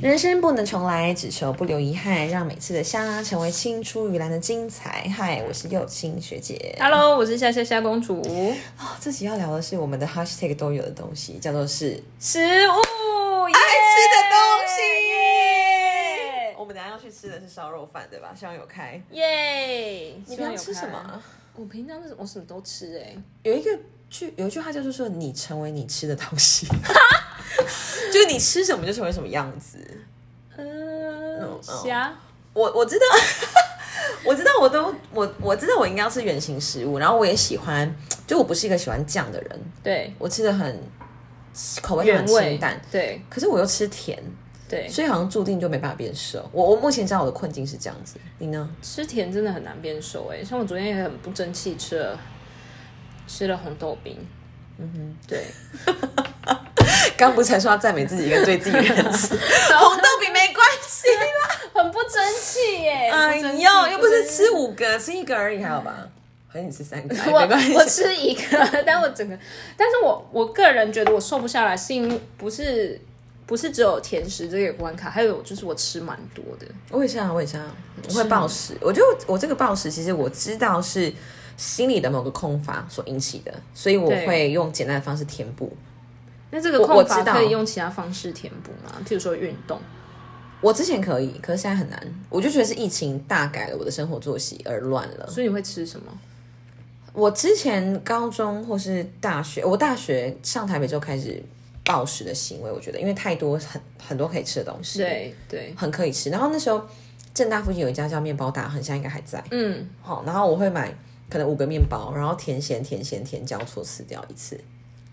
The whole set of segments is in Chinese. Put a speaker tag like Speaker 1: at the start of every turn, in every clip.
Speaker 1: 人生不能重来，只求不留遗憾，让每次的虾成为青出于蓝的精彩。嗨，我是右青学姐。
Speaker 2: Hello，我是夏夏夏公主。
Speaker 1: 哦，这集要聊的是我们的 hashtag 都有的东西，叫做是
Speaker 2: 食物，爱
Speaker 1: 爱吃的东西。我们等一下要去吃的是烧肉饭，对吧？希望有开。
Speaker 2: 西。耶！你
Speaker 1: 你平常吃什么啊？？
Speaker 2: 我平常是我什么都吃哎、
Speaker 1: 有一个句有一句话叫做说，你成为你吃的东 西，就是你吃什么就成为什么样子。
Speaker 2: 嗯哦
Speaker 1: 嗯，
Speaker 2: 虾
Speaker 1: 我我知道， 我知道，我都我我知道我应该要吃圆形食物，然后我也喜欢，就我不是一个喜欢酱的人，
Speaker 2: 对
Speaker 1: 我吃的很口味
Speaker 2: 原
Speaker 1: 很
Speaker 2: 味哎
Speaker 1: 清淡，
Speaker 2: 对
Speaker 1: 可是我又吃甜，
Speaker 2: 对，
Speaker 1: 所以好像注定就没办法变瘦。我我目前知道我的困境是这样子，你呢？
Speaker 2: 吃甜真的很难变瘦哎、像我昨天也很不争气，吃了吃了红豆冰。嗯哼，对，
Speaker 1: 刚不是才说要赞美自己跟对自己仁 慈，红豆饼没关系，
Speaker 2: 很不争气耶、不
Speaker 1: 哎
Speaker 2: 争气
Speaker 1: 呦，又不是
Speaker 2: 争气
Speaker 1: 吃五个，吃一个而已，还好吧？和你吃 三个，哎
Speaker 2: 我
Speaker 1: 没关系。
Speaker 2: 我吃一个，但我整个，但是我我个人觉得我瘦不下来，是因为不是不是只有甜食这个关卡，还有就是我吃蛮多的，
Speaker 1: 我也是啊，我也是啊，我会暴食。我觉得我这个暴食，其实我知道是心里的某个空乏所引起的，所以我
Speaker 2: 对
Speaker 1: 会用简单的方式填补。
Speaker 2: 那这个
Speaker 1: 我我
Speaker 2: 空
Speaker 1: 知
Speaker 2: 乏
Speaker 1: 道
Speaker 2: 可以用其他方式填补吗？譬如说运动，
Speaker 1: 我之前可以，可是现在很难。我就觉得是疫情大改了我的生活作息而乱了。
Speaker 2: 所以你会吃什么？
Speaker 1: 我之前高中或是大学，我大学上台北之后开始暴食的行为，我觉得因为太多很很多可以吃的东西，，
Speaker 2: 对对，
Speaker 1: 很可以吃。然后那时候正大附近有一家叫面包大亨，现在应该还在。
Speaker 2: 嗯，
Speaker 1: 好，然后我会买可能五个面包，然后甜咸甜咸甜交错吃掉一次。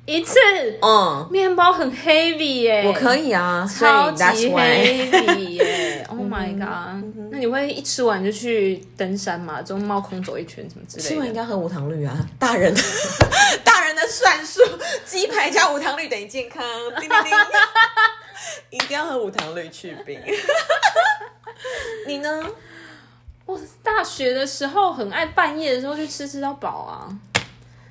Speaker 2: 一次
Speaker 1: 嗯，
Speaker 2: 面包很 heavy 耶、
Speaker 1: 我可以啊，所以
Speaker 2: 超级
Speaker 1: that's why。 嗯
Speaker 2: heavy 耶、o h my god！、那你会一吃完就去登山吗？中冒空走一圈什么之类的？
Speaker 1: 吃完应该喝无糖绿啊，大人， 大人的算术，鸡排加无糖绿等于健康，叮叮叮， 一定要喝无糖绿去冰。 你呢？
Speaker 2: 我大学的时候很爱半夜的时候去吃吃到饱啊，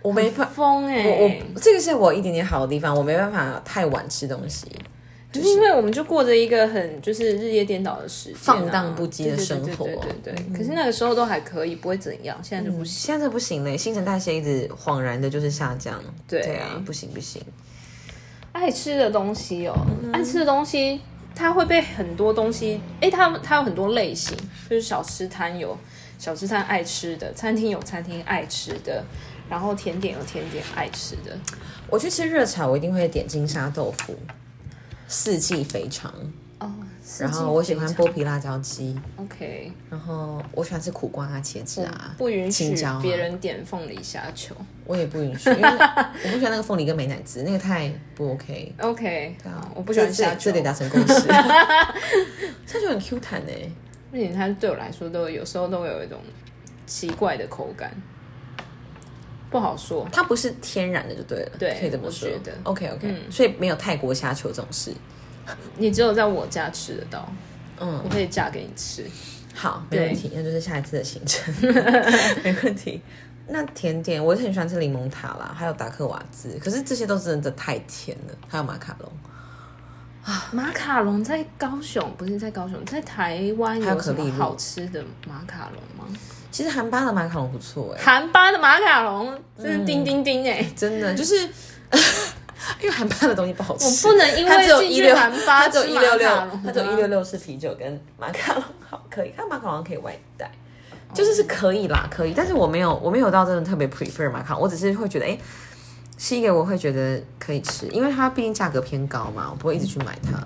Speaker 1: 我没办，
Speaker 2: 疯哎、
Speaker 1: 我我这个是我一点点好的地方，我没办法太晚吃东西，
Speaker 2: 就是因为我们就过着一个很就是日夜颠倒的时间啊、
Speaker 1: 放荡不羁的生活
Speaker 2: 对对对对对对可是那个时候都还可以，不会怎样，现在就不行。
Speaker 1: 现在这不行嘞，新陈代谢一直恍然的就是下降，
Speaker 2: 对
Speaker 1: 对啊，不行不行。
Speaker 2: 爱吃的东西哦，爱吃的东西它会被很多东西，哎、它它有很多类型，就是小吃摊有小吃摊爱吃的，餐厅有餐厅爱吃的，然后甜点有甜点爱吃的。
Speaker 1: 我去吃热炒，我一定会点金沙豆腐、四季肥肠，
Speaker 2: 哦，
Speaker 1: 然后我喜欢剥皮辣椒鸡，
Speaker 2: OK。
Speaker 1: 然后我喜欢吃苦瓜啊、茄子啊，
Speaker 2: 不允许
Speaker 1: 青椒、啊。
Speaker 2: 别，人点凤梨虾球。
Speaker 1: 我也不允许，因为我不喜欢那个凤梨跟美乃滋，那个太不 OK。
Speaker 2: OK，
Speaker 1: 啊
Speaker 2: 哦我不喜欢
Speaker 1: 这
Speaker 2: 虾
Speaker 1: 这
Speaker 2: 球，
Speaker 1: 这得达成共 识。虾球很 Q 弹哎、
Speaker 2: 而且它对我来说都有时候都会有一种奇怪的口感，不好说。
Speaker 1: 它不是天然的就对了，
Speaker 2: 对
Speaker 1: 可以这么说
Speaker 2: 我觉得。嗯
Speaker 1: OK OK，、所以没有泰国虾球这种事。
Speaker 2: 你只有在我家吃得到，
Speaker 1: 嗯
Speaker 2: 我，可以嫁给你吃。
Speaker 1: 好，没问题，那就是下一次的行 程，没问题。那甜点，我是很喜欢吃柠檬塔啦，还有达克瓦兹，可是这些都真的太甜了，还有马卡龙，
Speaker 2: 马卡龙在高雄不是在高雄，在台湾
Speaker 1: 还有
Speaker 2: 有
Speaker 1: 可
Speaker 2: 什
Speaker 1: 丽
Speaker 2: 么
Speaker 1: 露
Speaker 2: 好吃的马卡龙吗？
Speaker 1: 其实韩巴的马卡龙不错哎、
Speaker 2: 韩巴的马卡龙真是叮叮叮哎、
Speaker 1: 真的就是， 因为韩巴的东西不好吃，
Speaker 2: 我不能因
Speaker 1: 嗯
Speaker 2: 为
Speaker 1: 它只有
Speaker 2: 进去
Speaker 1: 一六，
Speaker 2: 韩巴
Speaker 1: 它只有
Speaker 2: 吃
Speaker 1: 一
Speaker 2: 马
Speaker 1: 六六
Speaker 2: 卡龙，
Speaker 1: 它只有一六六是啤酒跟马卡龙，好可以，它马卡龙可以外带。就是是可以啦，可以，但是我没有，我没有到真的特别 prefer 马卡龙，我只是会觉得，哎、是一个我会觉得可以吃，因为它毕竟价格偏高嘛，我不会一直去买它。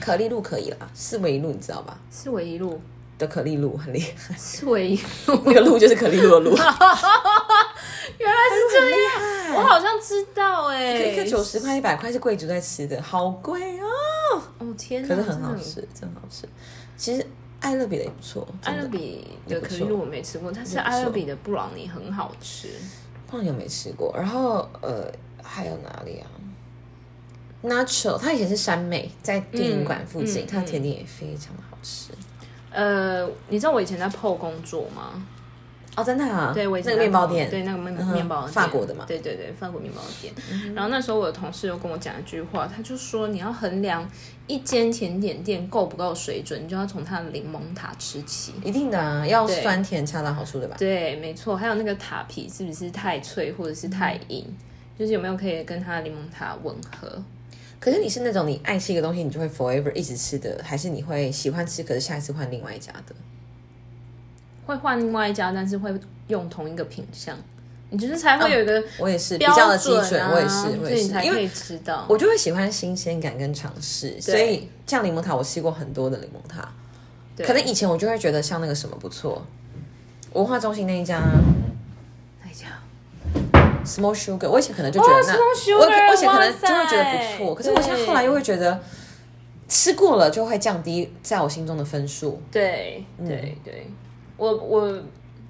Speaker 1: 可丽露可以啦，四维露你知道吧？
Speaker 2: 四维一路，
Speaker 1: 的可丽露很厉 害，
Speaker 2: 四维一路，
Speaker 1: 那个露就是可丽露的 露，
Speaker 2: 原来是这
Speaker 1: 厉
Speaker 2: 样，我好像知道哎、
Speaker 1: 害，一个九十块一百块是贵族在吃的，好贵哦。
Speaker 2: 哦天
Speaker 1: 可
Speaker 2: 哪，
Speaker 1: 是很好
Speaker 2: 真的
Speaker 1: 吃，啊真好吃。其实爱乐比的也不错，
Speaker 2: 艾乐
Speaker 1: 真的
Speaker 2: 比的
Speaker 1: 不
Speaker 2: 可丽
Speaker 1: 错
Speaker 2: 露我没吃过，但是艾乐比的布朗尼很好吃。
Speaker 1: 胖友没吃过。然后呃，还有哪里啊？Nacho，它以前是山妹，在电影馆附近，
Speaker 2: 嗯嗯嗯
Speaker 1: 它的甜点也非常的好吃。
Speaker 2: 呃，你知道我以前在 PO 工作吗？
Speaker 1: 哦，真的啊，
Speaker 2: 对，维吉
Speaker 1: 那
Speaker 2: 纳
Speaker 1: 个面包店，
Speaker 2: 对，那个面
Speaker 1: 嗯哼
Speaker 2: 面包店，
Speaker 1: 法国的嘛嗯
Speaker 2: 对对对，法国面包店。然后那时候我的同事又跟我讲一句话，他就说你要衡量一间甜点店够不够水准，你就要从它的柠檬塔吃起。
Speaker 1: 一定的啊，要
Speaker 2: 对
Speaker 1: 酸甜恰到好处的吧？
Speaker 2: 对，没错，还有那个塔皮是不是太脆或者是太硬，就是有没有可以跟它的柠檬塔吻合？
Speaker 1: 可是你是那种你爱吃一个东西，你就会 forever 一直吃的，还是你会喜欢吃，可是下一次换另外一家的？
Speaker 2: 会换另外一家，但是会用同一个品相，你就是才会有一个
Speaker 1: 我也嗯是比
Speaker 2: 标
Speaker 1: 较的基
Speaker 2: 准
Speaker 1: 准，
Speaker 2: 啊，
Speaker 1: 我也是，我
Speaker 2: 所
Speaker 1: 也
Speaker 2: 以你
Speaker 1: 是，
Speaker 2: 才
Speaker 1: 因
Speaker 2: 可
Speaker 1: 为
Speaker 2: 以知道。
Speaker 1: 我就会喜欢新鲜感跟尝试，所以像柠檬塔，我吃过很多的柠檬塔，
Speaker 2: 对
Speaker 1: 可能以前我就会觉得像那个什么不错，文化中心那一家
Speaker 2: 哪一家？
Speaker 1: Small Sugar，我以前可能就觉得那，
Speaker 2: 哎哦，Small
Speaker 1: 我
Speaker 2: Sugar，
Speaker 1: 我以前可能
Speaker 2: 哇
Speaker 1: 就
Speaker 2: 塞
Speaker 1: 会觉得不错，可是我现在
Speaker 2: 对
Speaker 1: 后来又会觉得吃过了就会降低在我心中的分数，
Speaker 2: 对对
Speaker 1: 嗯
Speaker 2: 对，我我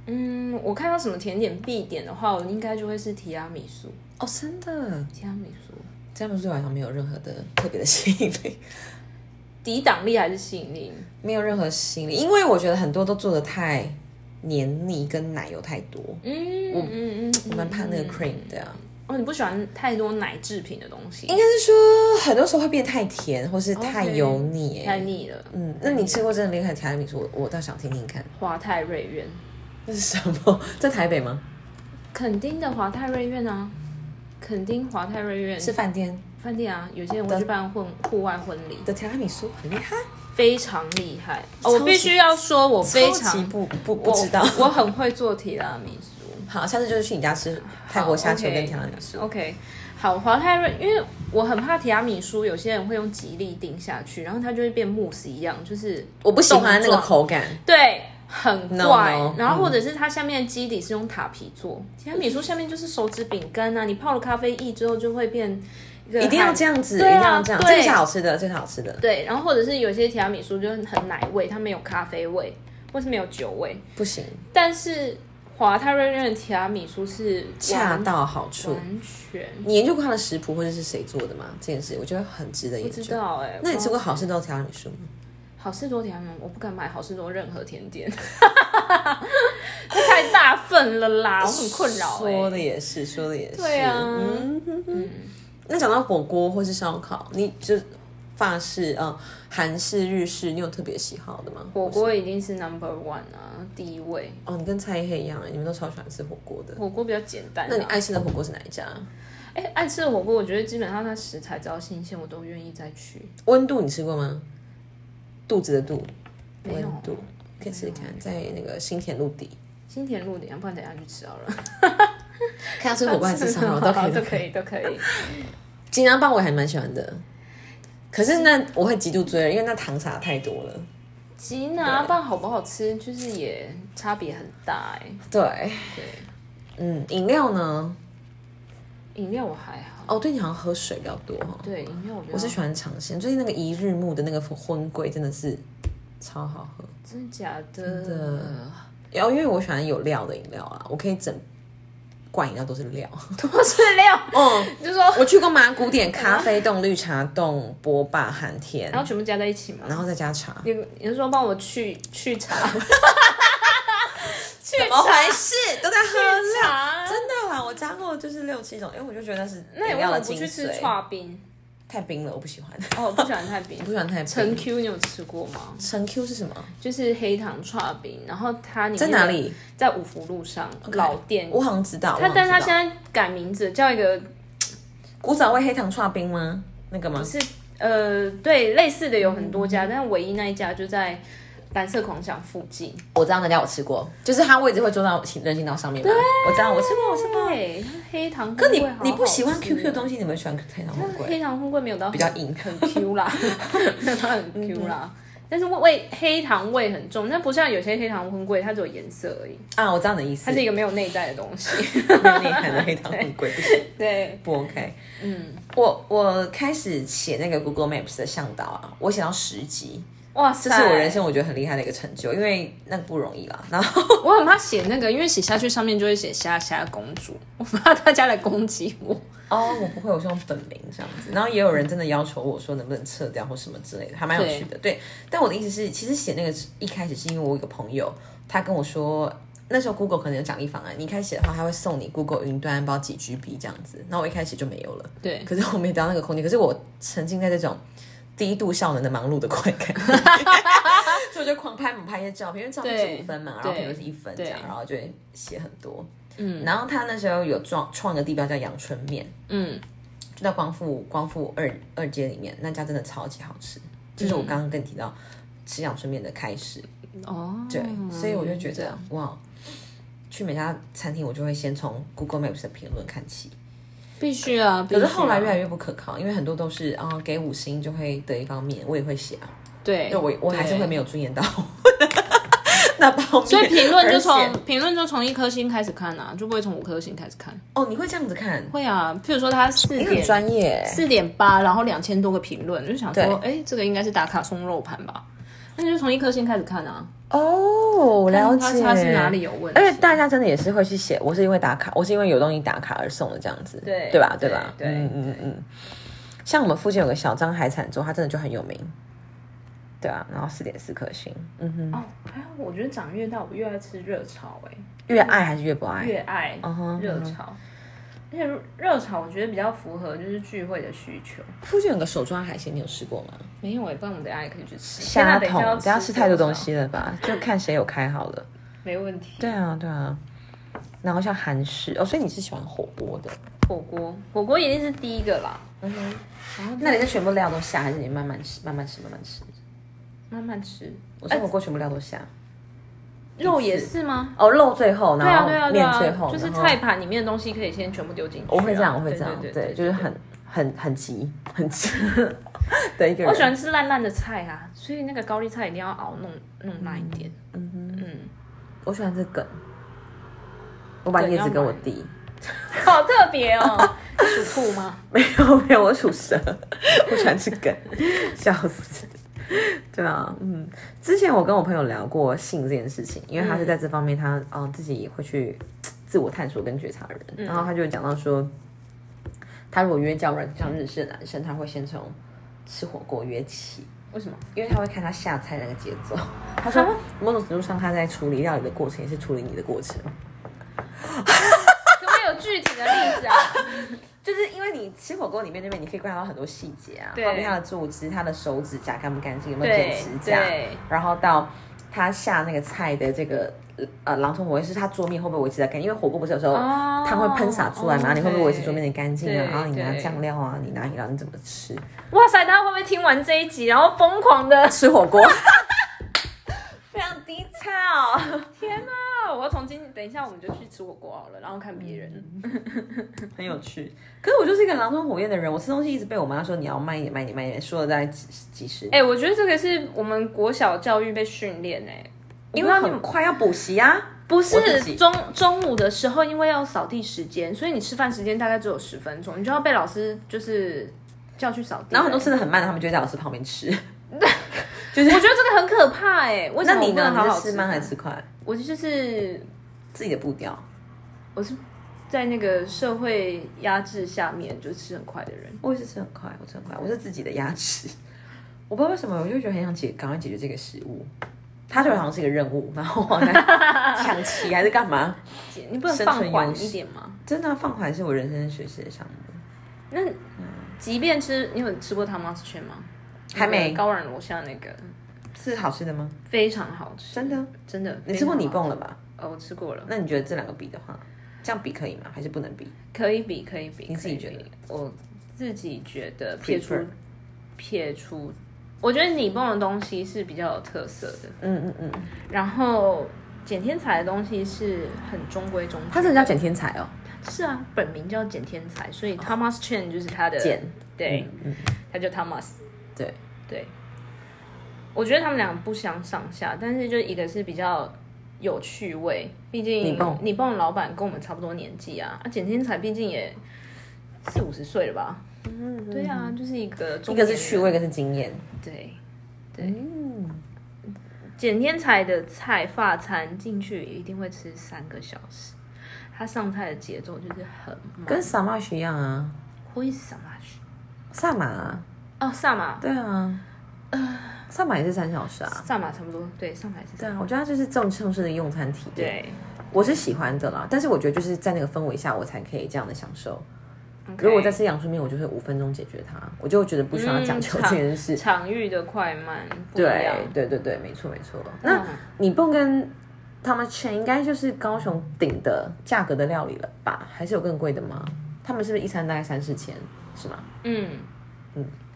Speaker 2: 嗯，我看到什么甜点必点的话，我应该就会是提拉米苏。
Speaker 1: 哦，真的，
Speaker 2: 提拉米苏
Speaker 1: 詹姆斯对我来讲没有任何的特别的吸引力。
Speaker 2: 抵挡力还是吸引力？
Speaker 1: 没有任何吸引力，因为我觉得很多都做的太黏腻，跟奶油太多，
Speaker 2: 嗯，我嗯嗯，
Speaker 1: 我蛮怕那个
Speaker 2: 嗯
Speaker 1: cream 的、啊。
Speaker 2: 哦，你不喜欢太多奶制品的东西，
Speaker 1: 应该是说很多时候会变太甜，或是太
Speaker 2: OK，
Speaker 1: 油腻、
Speaker 2: 太
Speaker 1: 欸。
Speaker 2: 腻了。
Speaker 1: 嗯，那你吃过真的厉害的提拉米苏？我我倒想听听看，
Speaker 2: 华泰瑞苑，
Speaker 1: 那是什么？ 在台北吗？
Speaker 2: 垦丁的华泰瑞苑啊，垦丁华泰瑞苑
Speaker 1: 是饭店
Speaker 2: 饭店啊，有些人会去办婚户外婚礼，
Speaker 1: 的提拉米苏很厉害，
Speaker 2: 非常厉害。
Speaker 1: 超
Speaker 2: 哦，我
Speaker 1: 级
Speaker 2: 必须要说，我非
Speaker 1: 超级
Speaker 2: 常
Speaker 1: 不不不
Speaker 2: 我
Speaker 1: 知道。
Speaker 2: 我很会做提拉米苏。
Speaker 1: 好，下次就是去你家吃泰国虾球
Speaker 2: 好，OK
Speaker 1: 跟提拉米苏。
Speaker 2: OK，好，华泰瑞，因为我很怕提拉米苏，有些人会用吉利定下去，然后它就会变慕斯一样，就是
Speaker 1: 我不喜欢那
Speaker 2: 冻
Speaker 1: 个
Speaker 2: 状
Speaker 1: 口感，
Speaker 2: 对，很
Speaker 1: No,
Speaker 2: 怪。
Speaker 1: no，
Speaker 2: 然后或者是它下面的基底是用塔皮做，提拉米苏下面就是手指饼干啊，你泡了咖啡液之后就会变一个
Speaker 1: 一定要
Speaker 2: 汉
Speaker 1: 这样子，
Speaker 2: 对啊
Speaker 1: 一定要这样，
Speaker 2: 对
Speaker 1: 这个是好吃的，这个是好吃的。
Speaker 2: 对，然后或者是有些提拉米苏就是很奶味，它没有咖啡味，或是没有酒味，
Speaker 1: 不行，
Speaker 2: 但是华泰瑞瑞的提拉米苏是
Speaker 1: 恰
Speaker 2: 完
Speaker 1: 到好处。
Speaker 2: 完全
Speaker 1: 你研究过他的食谱或者是谁做的吗？这件事我觉得很值得研
Speaker 2: 不知
Speaker 1: 究。
Speaker 2: 道哎、
Speaker 1: 那你吃
Speaker 2: 我
Speaker 1: 过好事多提拉米苏吗？
Speaker 2: 好事多甜吗？我不敢买好事多任何甜点，这太大份了啦，我很困扰哎、
Speaker 1: 说的也是，说的也是。
Speaker 2: 对啊，
Speaker 1: 嗯。那讲到火锅或是烧烤，你就法式、嗯，韩式、日式，你有特别喜好的吗？
Speaker 2: 火锅一定是 number one 啊，第一位。
Speaker 1: 哦，你跟蔡依黑一样，你们都超喜欢吃火锅的。
Speaker 2: 火锅比较简单、啊。
Speaker 1: 那你爱吃的火锅是哪一家？
Speaker 2: 哎、爱吃的火锅，我觉得基本上它食材只要新鲜，我都愿意再去。
Speaker 1: 温度你吃过吗？肚子的肚，
Speaker 2: 没
Speaker 1: 温
Speaker 2: 有
Speaker 1: 度可以试试看，在那个新田路 底。
Speaker 2: 新田路点，不然等一下去吃好了。
Speaker 1: 看他吃火锅还是吃烧烤都可以，
Speaker 2: 都可以，都可 以。
Speaker 1: 金刚棒我也还蛮喜欢的，可是那我会极度追，因为那糖撒太多了。
Speaker 2: 吉拿棒好不好吃，就是也差别很大哎、
Speaker 1: 对，对，嗯，饮料呢？
Speaker 2: 饮料我还好，
Speaker 1: 哦，对你好像喝水比较多哈。
Speaker 2: 对啊饮料我觉得
Speaker 1: 我是喜欢尝鲜，最近那个一日木的那个荤桂真的是超好喝。
Speaker 2: 真的假的？
Speaker 1: 的然后因为我喜欢有料的饮料啊，我可以整罐饮料都是料。
Speaker 2: 多是料，
Speaker 1: 嗯，
Speaker 2: 你就说
Speaker 1: 我去过麻古点咖啡冻、绿茶冻、波霸寒天，
Speaker 2: 然后全部加在一起嘛。
Speaker 1: 然后再加茶。
Speaker 2: 你你是说帮我去去 茶？去
Speaker 1: 怎么
Speaker 2: 茶
Speaker 1: 回事？都在喝料。
Speaker 2: 茶？
Speaker 1: 真的啦，我加过就是六七种，因为我就觉得那是
Speaker 2: 那你
Speaker 1: 饮
Speaker 2: 为
Speaker 1: 料
Speaker 2: 什
Speaker 1: 的
Speaker 2: 么不
Speaker 1: 精
Speaker 2: 去吃
Speaker 1: 髓。
Speaker 2: 串冰？
Speaker 1: 太冰了，我不喜欢，
Speaker 2: 哦，我不喜欢太冰
Speaker 1: 我。 不喜欢太冰。
Speaker 2: 陈 Q 你有吃过吗？
Speaker 1: 陈 Q 是什么？
Speaker 2: 就是黑糖串冰，然后它
Speaker 1: 在哪？里？
Speaker 2: 在五福路上老店。
Speaker 1: 我好像知道。
Speaker 2: 它
Speaker 1: 我好像知道
Speaker 2: 但它现在改名字叫一个
Speaker 1: 古早味黑糖串冰吗？那个吗？
Speaker 2: 是呃对类似的有很多家，但唯一那一家就在蓝色狂想附近。
Speaker 1: 我知道那家我吃过，就是它位置会坐到人行道上面嘛。我知道，我吃过，我吃过。
Speaker 2: 对，啊它黑糖
Speaker 1: 可
Speaker 2: 可
Speaker 1: 你你不喜欢 QQ 的东西，你们喜欢黑糖玫
Speaker 2: 黑
Speaker 1: 瑰？
Speaker 2: 糖混桂没有到比
Speaker 1: 较硬
Speaker 2: 很 Q 啦，没有到很 Q 啦。嗯但是味黑糖味很重，但不像有些黑糖混桂，它只有颜色而已，
Speaker 1: 啊，我知道你的意思。
Speaker 2: 它是一个没有内在的东 西。
Speaker 1: 很厉害的黑糖玫瑰，不行
Speaker 2: 对，
Speaker 1: 不 OK。嗯，我我开始写那个 Google Maps 的向导啊，我写到十级，
Speaker 2: 哇塞，
Speaker 1: 这是我人生我觉得很厉害的一个成就，因为那个不容易啦。然后
Speaker 2: 我很怕写那个，因为写下去上面就会写虾虾公主， 我怕大家来攻击我。
Speaker 1: 哦，我不会，我是用本名这样子。然后也有人真的要求我说能不能撤掉或什么之类的，还蛮有趣的。对，但我的意思是，其实写那个是一开始是因为我有一个朋友，他跟我说。那时候 Google 可能有奖励方案，你一开始的话，它会送你 Google 云端包几 GB 这样子。那我一开始就没有了，
Speaker 2: 对，
Speaker 1: 可是我没得到那个空间。可是我沉浸在这种低度效能的忙碌的快感， 所以我就狂拍猛拍一些照片，因为照片
Speaker 2: 对
Speaker 1: 是五分嘛，然后
Speaker 2: 对
Speaker 1: 评论是一分这样，
Speaker 2: 对
Speaker 1: 然后就会写很多。嗯，然后他那时候有创创一个地标叫阳春面，
Speaker 2: 嗯，
Speaker 1: 就在光复光复二二街里面，那家真的超级好
Speaker 2: 嗯
Speaker 1: 吃，就是我刚刚跟你提到吃阳春面的开始。
Speaker 2: 哦，
Speaker 1: 对，所以我就觉
Speaker 2: 这
Speaker 1: 得
Speaker 2: 样
Speaker 1: 哇，去每家餐厅我就会先从 Google Maps 的评论看起，
Speaker 2: 必须啊，
Speaker 1: 可
Speaker 2: 可
Speaker 1: 是后来越来越不可靠，因为很多都是啊、给五星就会得一方面，我也会写啊，
Speaker 2: 对，
Speaker 1: 我我还是
Speaker 2: 对
Speaker 1: 会没有尊严到 那方面，
Speaker 2: 所以评论就
Speaker 1: 而且
Speaker 2: 从评论就从一颗星开始看啊，就不会从五颗星开始看。
Speaker 1: 哦，你会这样子看，
Speaker 2: 会啊，譬如说他四
Speaker 1: 哎你很
Speaker 2: 点
Speaker 1: 专业，
Speaker 2: 四点八，然后两千多个评论，就想
Speaker 1: 对
Speaker 2: 说，哎，这个应该是打卡松肉盘吧？那就从一颗星开始看啊，
Speaker 1: 哦，了
Speaker 2: 他
Speaker 1: 解
Speaker 2: 他是哪里有问题
Speaker 1: 而？且大家真的也是会去写，我是因为打卡，我是因为有东西打卡而送的这样子，
Speaker 2: 对
Speaker 1: 对吧？
Speaker 2: 对
Speaker 1: 对吧？
Speaker 2: 对
Speaker 1: 嗯嗯嗯。像我们附近有个小张海产粥，它真的就很有名，对啊，然后四点四颗星，嗯哼，
Speaker 2: 哦，哎，我觉得长越大，我越爱吃热炒、哎，
Speaker 1: 越爱还是越不爱？
Speaker 2: 越爱
Speaker 1: 嗯哼
Speaker 2: 热炒。而且热炒我觉得比较符合就是聚会的需求。
Speaker 1: 附近有个手抓海鲜，你有吃过吗？
Speaker 2: 没有哎、不然我们等一下也可以去吃。
Speaker 1: 虾
Speaker 2: 天哪
Speaker 1: 桶，
Speaker 2: 等一
Speaker 1: 不要吃太多东西
Speaker 2: 了。
Speaker 1: 了吧？就看谁有开好了。
Speaker 2: 没问题。
Speaker 1: 对啊，对啊。然后像韩式哦，所以你是喜欢火锅的？
Speaker 2: 火锅，火锅一定是第一个啦。
Speaker 1: 嗯哼。那你是全部料都下，还是你慢慢吃、慢慢吃、慢慢吃？
Speaker 2: 慢慢吃，
Speaker 1: 我说火锅全部料都下。
Speaker 2: 肉也是吗？
Speaker 1: 哦，肉最后，
Speaker 2: 对
Speaker 1: 然
Speaker 2: 啊，
Speaker 1: 后
Speaker 2: 对啊，对
Speaker 1: 面
Speaker 2: 啊，
Speaker 1: 最后，
Speaker 2: 就是
Speaker 1: 然后
Speaker 2: 菜盘里面的东西可以先全部丢进去啊、
Speaker 1: 我会这样，我会这样，
Speaker 2: 对
Speaker 1: 对，就是很很很急，很急 的一个人。
Speaker 2: 我喜欢吃烂烂的菜啊，所以那个高丽菜一定要熬弄弄烂一 点。
Speaker 1: 嗯哼，
Speaker 2: 嗯，
Speaker 1: 我喜欢吃梗。我把
Speaker 2: 梗
Speaker 1: 叶
Speaker 2: 要
Speaker 1: 子给我
Speaker 2: 买
Speaker 1: 弟，
Speaker 2: 好特别哦，你 属兔吗？
Speaker 1: 没 有没有，我属蛇，我喜欢吃梗， 笑死。对啊，嗯，之前我跟我朋友聊过性这件事情，因为他是在这方面他嗯、呃自己会去嘖自我探索跟觉察人，然后他就讲到说，他如果约交软像日式的男生，他会先从吃火锅约起，
Speaker 2: 为什么？
Speaker 1: 因为他会看他下菜那个节奏。他说，某种程度上，他在处理料理的过程，也是处理你的过程。
Speaker 2: 可不可以有具体的例 子啊？
Speaker 1: 就是因为你吃火锅里面那边，你可以观察到很多细节啊，
Speaker 2: 对
Speaker 1: 包括他的坐姿、他的手指甲干不干净，有没有剪
Speaker 2: 对
Speaker 1: 指甲，
Speaker 2: 对，
Speaker 1: 然后到他下那个菜的这个呃榔头火锅，是他桌面会不会维持的干净？因为火锅不是有时候
Speaker 2: 哦
Speaker 1: 汤会喷洒出来嘛，
Speaker 2: 哦
Speaker 1: 你会不会维持桌面的干净啊？
Speaker 2: 对
Speaker 1: 然后你拿
Speaker 2: 对
Speaker 1: 酱料啊，你拿饮料，你怎么吃？
Speaker 2: 哇塞，大家会不会听完这一集，然后疯狂 的？
Speaker 1: 吃火锅。非常低调，
Speaker 2: 天哪、哦我要从今等一下我们就去吃火锅好了，然后看别
Speaker 1: 嗯
Speaker 2: 人。
Speaker 1: 很有趣。可是我就是一个狼吞虎咽的人，我吃东西一直被我妈说你要慢一点，慢一点，慢一点，说了大概几几十年。
Speaker 2: 哎、我觉得这个是我们国小教育被训练哎、
Speaker 1: 因为很快要补习啊，
Speaker 2: 不
Speaker 1: 我自
Speaker 2: 是
Speaker 1: 己
Speaker 2: 中中午的时候，因为要扫地时间，所以你吃饭时间大概只有十分钟，你就要被老师就是叫去扫地。
Speaker 1: 然后很多吃的很慢的，他们就会在我吃旁边吃。
Speaker 2: 我觉得这个很可怕哎、为什
Speaker 1: 那
Speaker 2: 么
Speaker 1: 你
Speaker 2: 我不
Speaker 1: 呢？
Speaker 2: 能好
Speaker 1: 你
Speaker 2: 好
Speaker 1: 是吃
Speaker 2: 吃
Speaker 1: 慢
Speaker 2: 饭
Speaker 1: 还是吃快？
Speaker 2: 我就是
Speaker 1: 自己的步调。
Speaker 2: 我是在那个社会压制下面就吃很快的人。
Speaker 1: 我也是吃很快，我吃很快，我是自己的牙齿。我不知道为什么，我就觉得很想解，赶快解决这个食物。它就好像是一个任务，然后我 在抢旗还是干嘛？
Speaker 2: 你不能
Speaker 1: 生存
Speaker 2: 放缓
Speaker 1: 优势
Speaker 2: 一点吗？
Speaker 1: 真的啊、放款是我人生学习的项目，
Speaker 2: 那
Speaker 1: 嗯
Speaker 2: 即便吃，你有吃过汤马斯圈吗？
Speaker 1: 还没
Speaker 2: 那个高软楼下那个
Speaker 1: 是好吃的吗？
Speaker 2: 非常好吃，
Speaker 1: 真的，
Speaker 2: 真的。
Speaker 1: 你吃过
Speaker 2: 非常好
Speaker 1: 你蹦了吧？
Speaker 2: 呃，我吃过了，
Speaker 1: 那你觉得这两个比的话，这样比可以吗？还是不能比？
Speaker 2: 可以比，可以比。
Speaker 1: 你自己
Speaker 2: 可
Speaker 1: 觉
Speaker 2: 以比
Speaker 1: 得？
Speaker 2: 我自己觉得撇除
Speaker 1: Prefer
Speaker 2: 撇除，我觉得你蹦的东西是比较有特色的，
Speaker 1: 嗯嗯嗯，
Speaker 2: 然后简天才的东西是很中规中矩。
Speaker 1: 他真的叫捡天才哦，
Speaker 2: 是啊，本名叫简天才，所以 Thomas Chen 就是他的
Speaker 1: 捡，
Speaker 2: 对，
Speaker 1: 嗯，
Speaker 2: 他叫 Thomas。
Speaker 1: 对，
Speaker 2: 对，我觉得他们俩不相上下，但是就一个是比较有趣味，毕竟
Speaker 1: 你蹦
Speaker 2: 你蹦老板跟我们差不多年纪啊，啊，简天才毕竟也四五十岁了吧？嗯，对啊，就是一个中
Speaker 1: 一个是
Speaker 2: 年人
Speaker 1: 趣味，一，个是经验。
Speaker 2: 对，
Speaker 1: 嗯，
Speaker 2: 简天才的菜发餐进去一定会吃三个小时，他上菜的节奏就是很慢，
Speaker 1: 跟萨马什一样啊，
Speaker 2: 会什么去？
Speaker 1: 萨马啊，
Speaker 2: 哦，萨马
Speaker 1: 对啊，萨满也是三小时啊。
Speaker 2: 萨满差不多，对，上海是
Speaker 1: 对
Speaker 2: 萨
Speaker 1: 啊
Speaker 2: 满，，
Speaker 1: 我觉得它就是正正式的用餐体验，
Speaker 2: 对，
Speaker 1: 我是喜欢的啦。但是我觉得就是在那个氛围下，我才可以这样的享受。如果我在
Speaker 2: OK
Speaker 1: 吃阳春面，我就会五分钟解决它，我就觉得不需要讲究
Speaker 2: 嗯
Speaker 1: 这件事。
Speaker 2: 场域的快慢不一
Speaker 1: 对
Speaker 2: 样，
Speaker 1: 对对对，没错没错。
Speaker 2: 嗯
Speaker 1: 那你蹦跟他们吃，应该就是高雄顶的价格的料理了吧？还是有更贵的吗？他们是不是一餐大概三四千是吗？
Speaker 2: 嗯，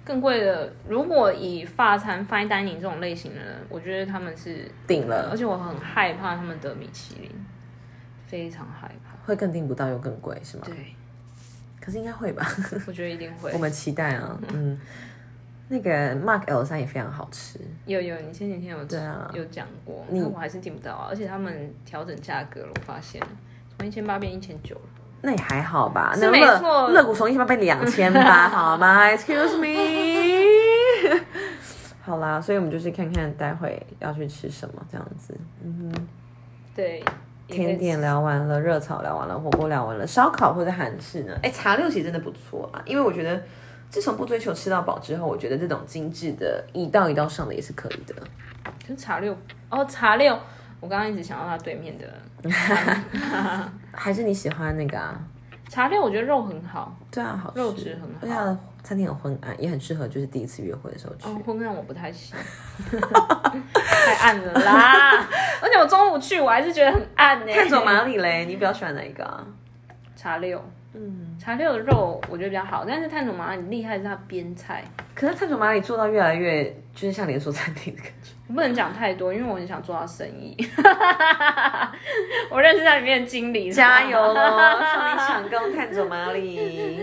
Speaker 2: 更贵的，如果以法餐 fine dining 这种类型的人，我觉得他们是
Speaker 1: 顶
Speaker 2: 而
Speaker 1: 了
Speaker 2: 且我很害怕他们得米其林，非常害怕。
Speaker 1: 会更订不到又更贵是吗？
Speaker 2: 对，
Speaker 1: 可是应该会吧，
Speaker 2: 我觉得一定会
Speaker 1: 我。们期待啊。嗯，那个 Mark L 三也非常好吃，
Speaker 2: 有有，你前几天有
Speaker 1: 对啊
Speaker 2: 有讲过，
Speaker 1: 你
Speaker 2: 但我还是听不到啊。而且他们调整价格了，我发现从一千八变一千九了。
Speaker 1: 那也还好吧。
Speaker 2: 是
Speaker 1: 那
Speaker 2: 没
Speaker 1: 乐
Speaker 2: 错
Speaker 1: 乐谷从一千八变两千 八，好吗？Excuse me 。 好啦，所以我们就是看看待会要去吃什么这样子。
Speaker 2: 对，也可以
Speaker 1: 甜点聊完了，热炒聊完了，火锅聊完了，烧烤或者韩式呢？哎，茶六其实真的不错啊，因为我觉得自从不追求吃到饱之后，我觉得这种精致的一道一道上的也是可以的。
Speaker 2: 可是茶六哦，茶六，我刚刚一直想到它对面的
Speaker 1: 还是你喜欢那个啊？
Speaker 2: 茶六，我觉得肉很好，
Speaker 1: 对啊，好吃，
Speaker 2: 肉质很好
Speaker 1: 而且它的餐厅很昏暗，也很适合就是第一次约会的时候去。
Speaker 2: 哦，昏暗我不太行， 太暗了啦。而且我中午去，我还是觉得很暗呢、
Speaker 1: 看走马里嘞，你比较喜欢哪一个啊？
Speaker 2: 茶六，嗯，茶六的肉我觉得比较好，但是炭种麻很厉害的是它煸菜，
Speaker 1: 可是探索马里做到越来越就是像连锁餐厅的感觉。
Speaker 2: 我不能讲太多，因为我很想做到生意。 我认识它里面的经理，
Speaker 1: 加油喽，上你抢购探索马里，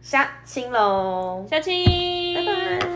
Speaker 1: 下青喽，
Speaker 2: 小青，
Speaker 1: 拜拜。